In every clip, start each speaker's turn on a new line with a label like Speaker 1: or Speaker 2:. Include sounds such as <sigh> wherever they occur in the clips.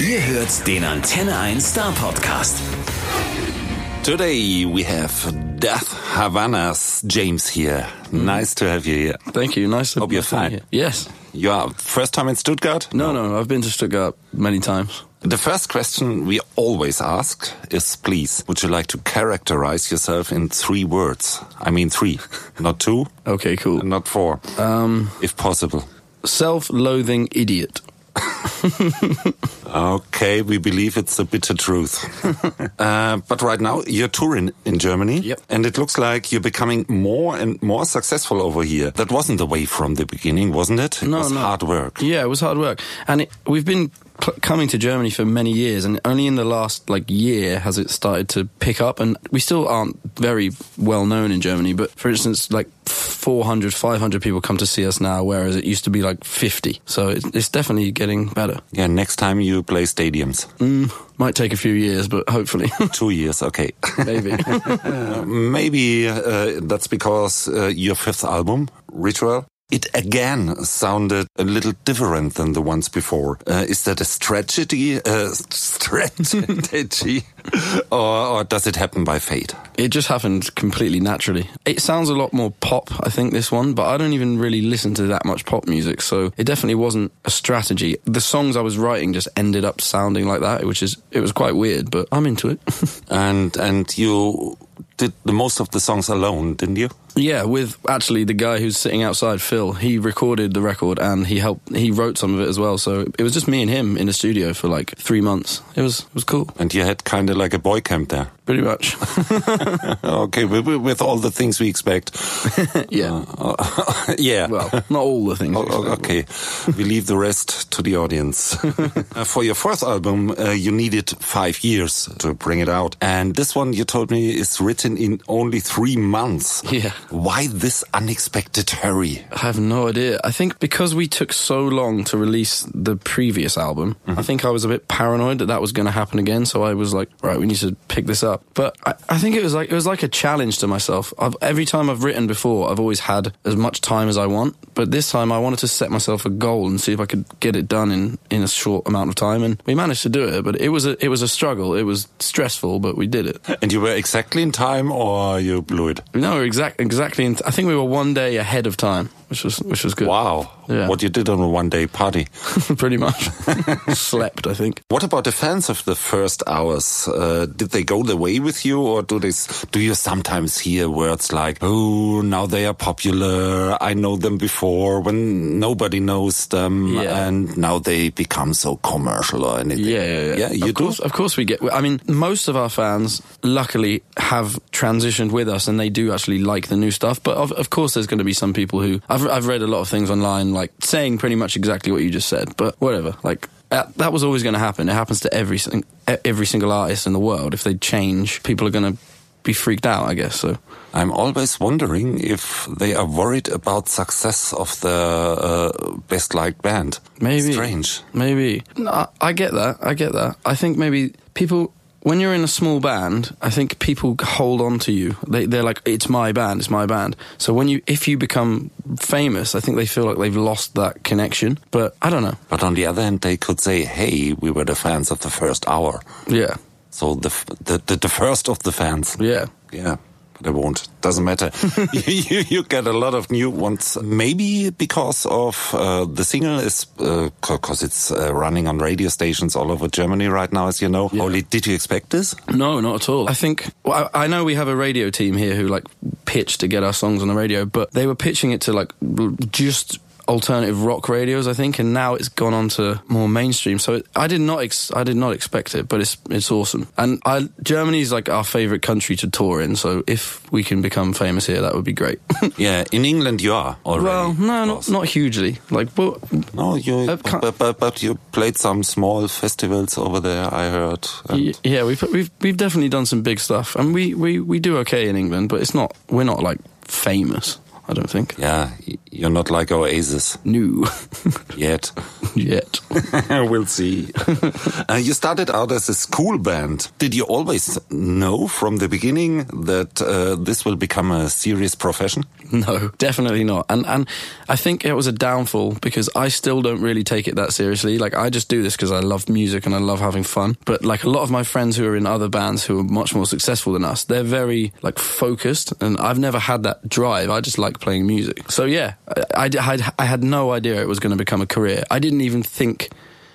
Speaker 1: Ihr hört den Antenne 1 Star Podcast.
Speaker 2: Today we have Death Havana's James here. Nice to have you here.
Speaker 3: Thank you. Nice to
Speaker 2: Hope you're
Speaker 3: nice to meet
Speaker 2: fine.
Speaker 3: you. Yes.
Speaker 2: You are first time in Stuttgart?
Speaker 3: No, no, I've been to Stuttgart many times.
Speaker 2: The first question we always ask is please, would you like to characterize yourself in three words? I mean three, not two,
Speaker 3: Okay, cool.
Speaker 2: not four,
Speaker 3: Um,
Speaker 2: if possible.
Speaker 3: self-loathing idiot.
Speaker 2: Okay, we believe it's a bitter
Speaker 3: <laughs>
Speaker 2: truth. uh, but right now, you're touring in Germany.
Speaker 3: Yep.
Speaker 2: And it looks like you're becoming more and more successful over here. That wasn't the way from the beginning, wasn't it? It
Speaker 3: No,
Speaker 2: was
Speaker 3: no.
Speaker 2: hard work.
Speaker 3: Yeah, it was hard work, and it, we've been pl- coming to Germany for many years, and only in the last like year has it started to pick up. And we still aren't very well known in Germany, but for instance, like 400, 500 people come to see us now, whereas it used to be like 50. So it, it's definitely getting better.
Speaker 2: Yeah, next time you play
Speaker 3: <laughs>
Speaker 2: stadiums.
Speaker 3: Mm, might take a few years, but hopefully, <laughs>
Speaker 2: Two years, okay.
Speaker 3: maybe. <laughs>
Speaker 2: Uh, maybe uh, that's because uh, your fifth album, Ritual, it again sounded a little different than the ones before. Uh, is that a strategy, uh, <laughs> strategy, or, or does it happen by fate?
Speaker 3: It just happened completely naturally. It sounds a lot more pop, I think, this one, but I don't even really listen to that much pop music, so it definitely wasn't a strategy. The songs I was writing just ended up sounding like that, which is, it was quite weird, but I'm into it. <laughs>
Speaker 2: And and you did the most of the songs alone, didn't you?
Speaker 3: yeah, with actually the guy who's sitting outside, Phil, he recorded the record and he helped, he wrote some of it as well, so it was just me and him in the studio for like three months. It was, it was cool,
Speaker 2: And you had kind of like a boy camp there. <laughs>
Speaker 3: pretty much. <laughs>
Speaker 2: Okay, with, with- with all the things we expect.
Speaker 3: <laughs> yeah.
Speaker 2: Uh, <laughs> yeah.
Speaker 3: Well, not all the things.
Speaker 2: Oh, oh, okay, we leave the rest to the audience. <laughs> Uh, For your fourth album, uh, you needed five years to bring it out, and this one you told me is written in only three months.
Speaker 3: Yeah.
Speaker 2: Why this unexpected hurry?
Speaker 3: I have no idea. I think because we took so long to release the previous album, I think I was a bit paranoid that that was going to happen again. So I was like, right, we need to pick this up. But I, I think it was like it was like a challenge to myself. I've, every time I've written before, I've always had as much time as I want. But this time, I wanted to set myself a goal and see if I could get it done in, in a short amount of time. And we managed to do it. But it was a, it was a struggle. It was stressful, but we did it. <laughs>
Speaker 2: And you were exactly in time, or you blew it?
Speaker 3: No, exact, exactly. in- I think we were one day ahead of time, which was which was good.
Speaker 2: Wow,
Speaker 3: Yeah.
Speaker 2: what you did on a one-day party.
Speaker 3: <laughs> pretty much. Slept, I think.
Speaker 2: What about the fans of the first hours? Uh, did they go the way with you, or do they? s- Do you sometimes hear words like "Oh, now they are popular. I know them before when nobody knows them,
Speaker 3: Yeah.
Speaker 2: and now they become so commercial or anything"?
Speaker 3: Yeah, yeah, yeah.
Speaker 2: you
Speaker 3: of
Speaker 2: do.
Speaker 3: course, of course we get. I mean, most of our fans, luckily, have transitioned with us, and they do actually like the new stuff. But of, of course, there's going to be some people who I've I've read a lot of things online, like saying pretty much exactly what you just said. But whatever, like. That, that was always going to happen. It happens to every sing- e, every single artist in the world. If they change, people are going to be freaked out. I guess so.
Speaker 2: I'm always wondering if they are worried about success of the uh, best liked band.
Speaker 3: Maybe
Speaker 2: strange.
Speaker 3: Maybe no, I- I get that. I get that. I think maybe people. When you're in a small band, I think people hold on to you. They, they're like, "It's my band, it's my band." So when you, if you become famous, I think they feel like they've lost that connection. But I don't know.
Speaker 2: But on the other hand, they could say, "Hey, we were the fans of the first hour."
Speaker 3: Yeah,
Speaker 2: So the f- the the, the first of the fans.
Speaker 3: yeah,
Speaker 2: Yeah, but I won't. Doesn't
Speaker 3: <laughs>
Speaker 2: matter. <laughs> you, you- you get a lot of new ones. Maybe because of uh, the single is because it's uh, running on radio stations all over Germany right now, as you know. Only did you expect this? <laughs>
Speaker 3: no, not at all. I think well, I, I know we have a radio team here who like pitch to get our songs on the radio, but they were pitching it to like just alternative rock radios, I think, and now it's gone on to more mainstream. So it, I did not ex- I did not expect it, but it's it's awesome. And I, Germany's like our favorite country to tour in. So if we can become famous here, that would be great. <laughs>
Speaker 2: Yeah, in England you are already.
Speaker 3: well, no,
Speaker 2: of
Speaker 3: not,
Speaker 2: course.
Speaker 3: not hugely. Like, well,
Speaker 2: No, you.
Speaker 3: Uh, can't-
Speaker 2: But, but, but you played some small festivals over there. I heard. And
Speaker 3: Y- Yeah, we've we've we've definitely done some big stuff, and we we we do okay in England, but it's not we're not like famous. I don't think.
Speaker 2: yeah, y- you're not like Oasis
Speaker 3: New
Speaker 2: yet.
Speaker 3: <laughs> yet. <laughs>
Speaker 2: we'll see. <laughs> uh, you started out as a school band. Did you always know from the beginning that uh, this will become a serious profession?
Speaker 3: No, definitely not. And and I think it was a downfall because I still don't really take it that seriously. Like I just do this because I love music and I love having fun. But like a lot of my friends who are in other bands who are much more successful than us, they're very like focused, and I've never had that drive. I just like playing music. So yeah, I I, I'd- I had no idea it was going to become a career. I didn't even think.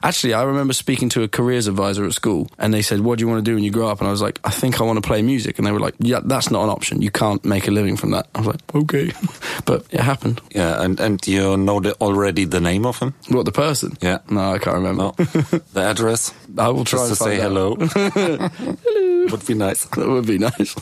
Speaker 3: Actually, I remember speaking to a careers advisor at school, and they said, "What do you want to do when you grow up?" And I was like, "I think I want to play music." And they were like, "Yeah, that's not an option. You can't make a living from that." I was like, "Okay," <laughs> but it happened.
Speaker 2: Yeah, and, and you know the, already the name of
Speaker 3: <laughs>
Speaker 2: him?
Speaker 3: What the person?
Speaker 2: Yeah.
Speaker 3: no, I can't remember.
Speaker 2: No. the address?
Speaker 3: I will try
Speaker 2: Just to
Speaker 3: and find
Speaker 2: say
Speaker 3: out.
Speaker 2: hello. hello. <laughs> Would be nice.
Speaker 3: That would be <laughs> nice.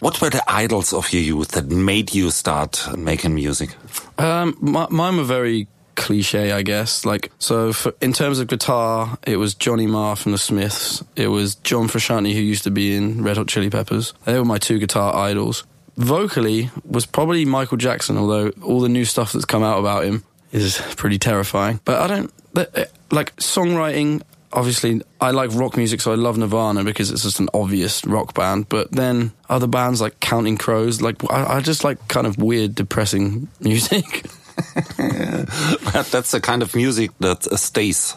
Speaker 2: What were the idols of your youth that made you start making music? <laughs>
Speaker 3: Um, my, mine were very cliche, I guess. Like, so for, in terms of guitar, it was Johnny Marr from the Smiths. It was John Frusciante, who used to be in Red Hot Chili Peppers. They were my two guitar idols. Vocally was probably Michael Jackson, although all the new stuff that's come out about him is pretty terrifying. But I don't th- eh, like songwriting. Obviously, I like rock music, so I love Nirvana because it's just an obvious rock band. But then other bands like Counting Crows, like I, I just like kind of weird, depressing <laughs> music.
Speaker 2: That's the kind of music that uh, stays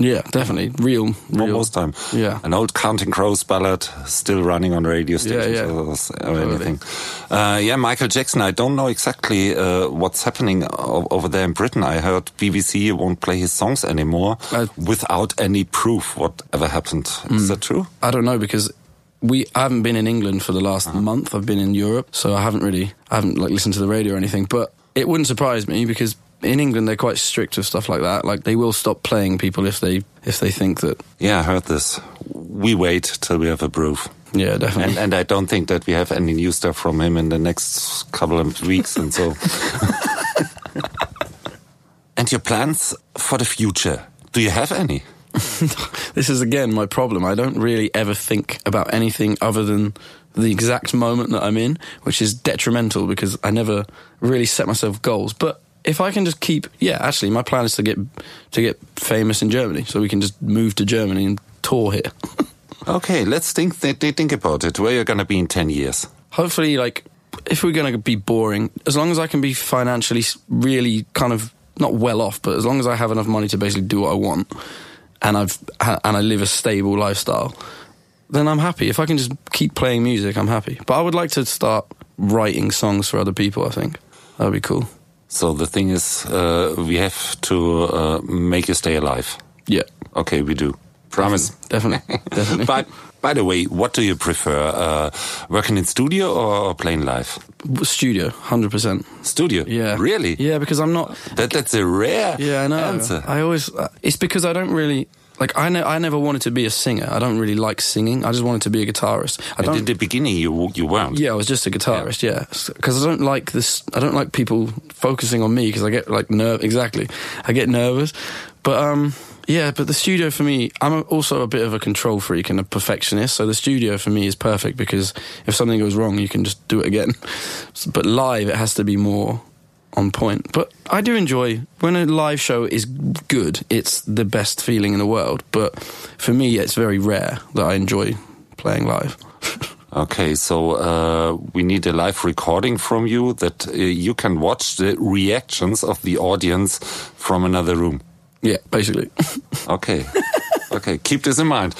Speaker 3: Yeah, definitely. Real, real.
Speaker 2: for most time.
Speaker 3: Yeah.
Speaker 2: An old Counting Crows ballad still running on radio stations
Speaker 3: yeah.
Speaker 2: or, s- or
Speaker 3: Totally.
Speaker 2: anything. Uh, yeah, Michael Jackson. I don't know exactly uh, what's happening o- over there in Britain. I heard BBC won't play his songs anymore
Speaker 3: Uh,
Speaker 2: without any proof whatever happened.
Speaker 3: Hmm.
Speaker 2: Is that true?
Speaker 3: I don't know because we I haven't been in England for the last month. I've been in Europe, so I haven't really I haven't like listened to the radio or anything. But it wouldn't surprise me because in England they're quite strict with stuff like that. Like they will stop playing people if they if they think that.
Speaker 2: Yeah, I heard this. We wait till we have a proof.
Speaker 3: Yeah, definitely.
Speaker 2: And, <laughs> and I don't think that we have any new stuff from him in the next couple of weeks and so. <laughs> and your plans for the future? Do you have any?
Speaker 3: <laughs> this is again my problem. I don't really ever think about anything other than the exact moment that I'm in, which is detrimental because I never really set myself goals. But if I can just keep, yeah, actually, my plan is to get to get famous in Germany, so we can just move to Germany and tour here.
Speaker 2: Okay, let's think th- th- think about it. Where you're gonna be in ten years?
Speaker 3: Hopefully, like if we're going to be boring, as long as I can be financially s- really kind of not well off, but as long as I have enough money to basically do what I want, and I've ha- and I live a stable lifestyle, then I'm happy. If I can just keep playing music, I'm happy. But I would like to start writing songs for other people. I think that would be cool.
Speaker 2: So the thing is, uh, we have to uh, make you stay alive.
Speaker 3: Yeah,
Speaker 2: Okay, we do. Promise. <laughs>
Speaker 3: definitely, definitely.
Speaker 2: but by the way, what do you prefer, uh, working in studio or playing live?
Speaker 3: Studio, hundred percent.
Speaker 2: Studio.
Speaker 3: Yeah,
Speaker 2: Really?
Speaker 3: Yeah, because I'm not.
Speaker 2: That that's a rare
Speaker 3: Yeah, I know.
Speaker 2: answer.
Speaker 3: I always. uh, It's because I don't really like. I know. I never wanted to be a singer. I don't really like singing. I just wanted to be a guitarist. I
Speaker 2: And in
Speaker 3: don't.
Speaker 2: the beginning, you you weren't.
Speaker 3: yeah, I was just a guitarist. Yeah, because I don't like this. I don't like people focusing on me because I get like nerve. Exactly, I get nervous. But um, yeah. But the studio for me, I'm a- also a bit of a control freak and a perfectionist. So the studio for me is perfect because if something goes wrong, you can just do it again. <laughs> But live, it has to be more on point. But I do enjoy when a live show is good. It's the best feeling in the world. But for me, it's very rare that I enjoy playing live. <laughs>
Speaker 2: Okay, so uh, we need a live recording from you that uh, you can watch the reactions of the audience from another room.
Speaker 3: Yeah, basically. <laughs>
Speaker 2: Okay. okay, keep this in mind.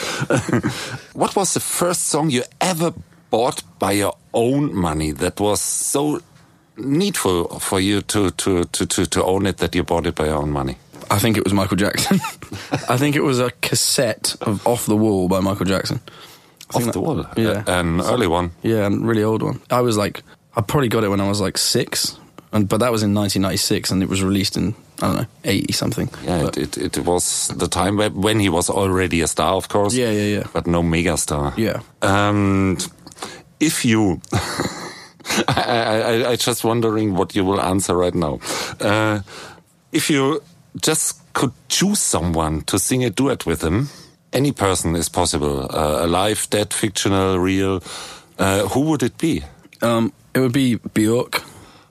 Speaker 2: <laughs> what was the first song you ever bought by your own money that was so needful for you to, to, to, to, to own it that you bought it by your own money?
Speaker 3: I think it was Michael Jackson. <laughs> I think it was a cassette of Off the Wall by Michael Jackson.
Speaker 2: Off
Speaker 3: that-
Speaker 2: the wall.
Speaker 3: yeah.
Speaker 2: Uh, an early one.
Speaker 3: Yeah, and really old one. I was like, I probably got it when I was like six, and but that was in 1996, and it was released in I don't know 80 something.
Speaker 2: Yeah,
Speaker 3: But-
Speaker 2: it, it, it was the time whe- when he was already a star, of course.
Speaker 3: Yeah, yeah, yeah.
Speaker 2: But no mega star.
Speaker 3: Yeah.
Speaker 2: And if you. <laughs> I, I, I- I just wondering what you will answer right now. Uh, if you just could choose someone to sing a duet with him, any person is possible, uh, alive, dead, fictional, real. Uh, who would it be?
Speaker 3: Um, it would be Bjork,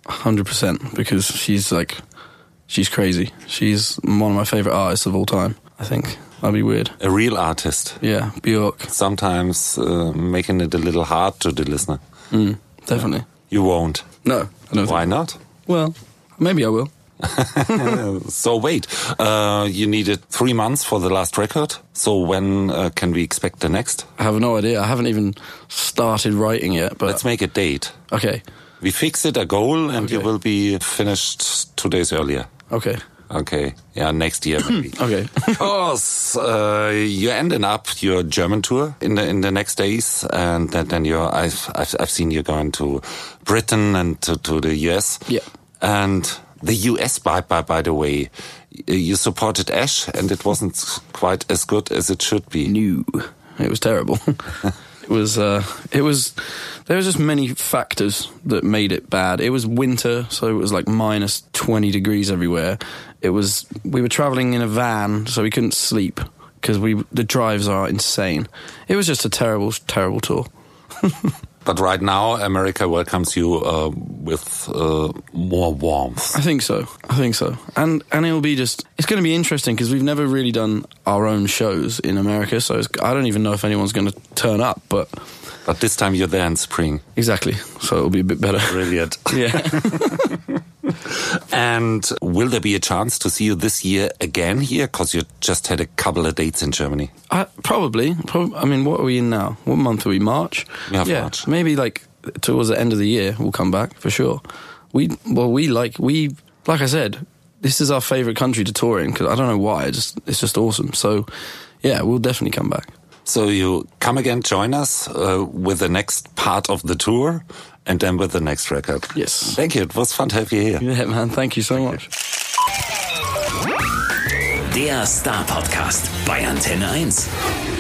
Speaker 3: hundred percent, because she's like she's crazy. She's one of my favorite artists of all time. I think that'd be weird.
Speaker 2: A real artist.
Speaker 3: Yeah, Bjork,
Speaker 2: Sometimes uh, making it a little hard to the listener.
Speaker 3: definitely.
Speaker 2: You won't.
Speaker 3: No, I don't.
Speaker 2: Why
Speaker 3: Think.
Speaker 2: not?
Speaker 3: Well, maybe I will.
Speaker 2: <laughs> So wait, uh, you needed three months for the last record. So when uh, can we expect the next?
Speaker 3: I have no idea. I haven't even started writing yet. But
Speaker 2: Let's make a date.
Speaker 3: okay,
Speaker 2: We fix it a goal, and you
Speaker 3: Okay.
Speaker 2: will be finished two days earlier.
Speaker 3: okay,
Speaker 2: Okay, yeah, next year maybe.
Speaker 3: okay.
Speaker 2: course, uh, you're ending up your German tour in the in the next days, and then, then you're I've, I've I've seen you going to Britain and to, to the US.
Speaker 3: Yeah.
Speaker 2: and the US by by by the way, y- you supported Ash, and it wasn't quite as good as it should be.
Speaker 3: new. It was terrible. it was. Uh, it was. There was just many factors that made it bad. It was winter, so it was like minus twenty degrees everywhere. It was. We were traveling in a van, so we couldn't sleep because we the drives are insane. It was just a terrible, terrible tour.
Speaker 2: But right now, America welcomes you uh, with uh, more warmth.
Speaker 3: I think so. I think so. And and it'll be just it's going to be interesting because we've never really done our own shows in America, so it's, I don't even know if anyone's going to turn up. But
Speaker 2: But this time you're there in spring.
Speaker 3: exactly, so it'll be a bit <laughs> better.
Speaker 2: Brilliant.
Speaker 3: Yeah.
Speaker 2: And will there be a chance to see you this year again here? Because you just had a couple of dates in Germany.
Speaker 3: I, probably. Prob- I mean, what are we in now? What month are we? March.
Speaker 2: We have March.
Speaker 3: Maybe like towards the end of the year, we'll come back for sure. We well, we like we like I said, this is our favorite country to tour in because I don't know why. It just it's just awesome. So yeah, we'll definitely come back.
Speaker 2: So you come again, join us uh, with the next part of the tour and then with the next record.
Speaker 3: Yes.
Speaker 2: Thank you. It was fun to have you here.
Speaker 3: Yeah, man. Thank you so much.
Speaker 1: Der Star Podcast bei Antenne 1.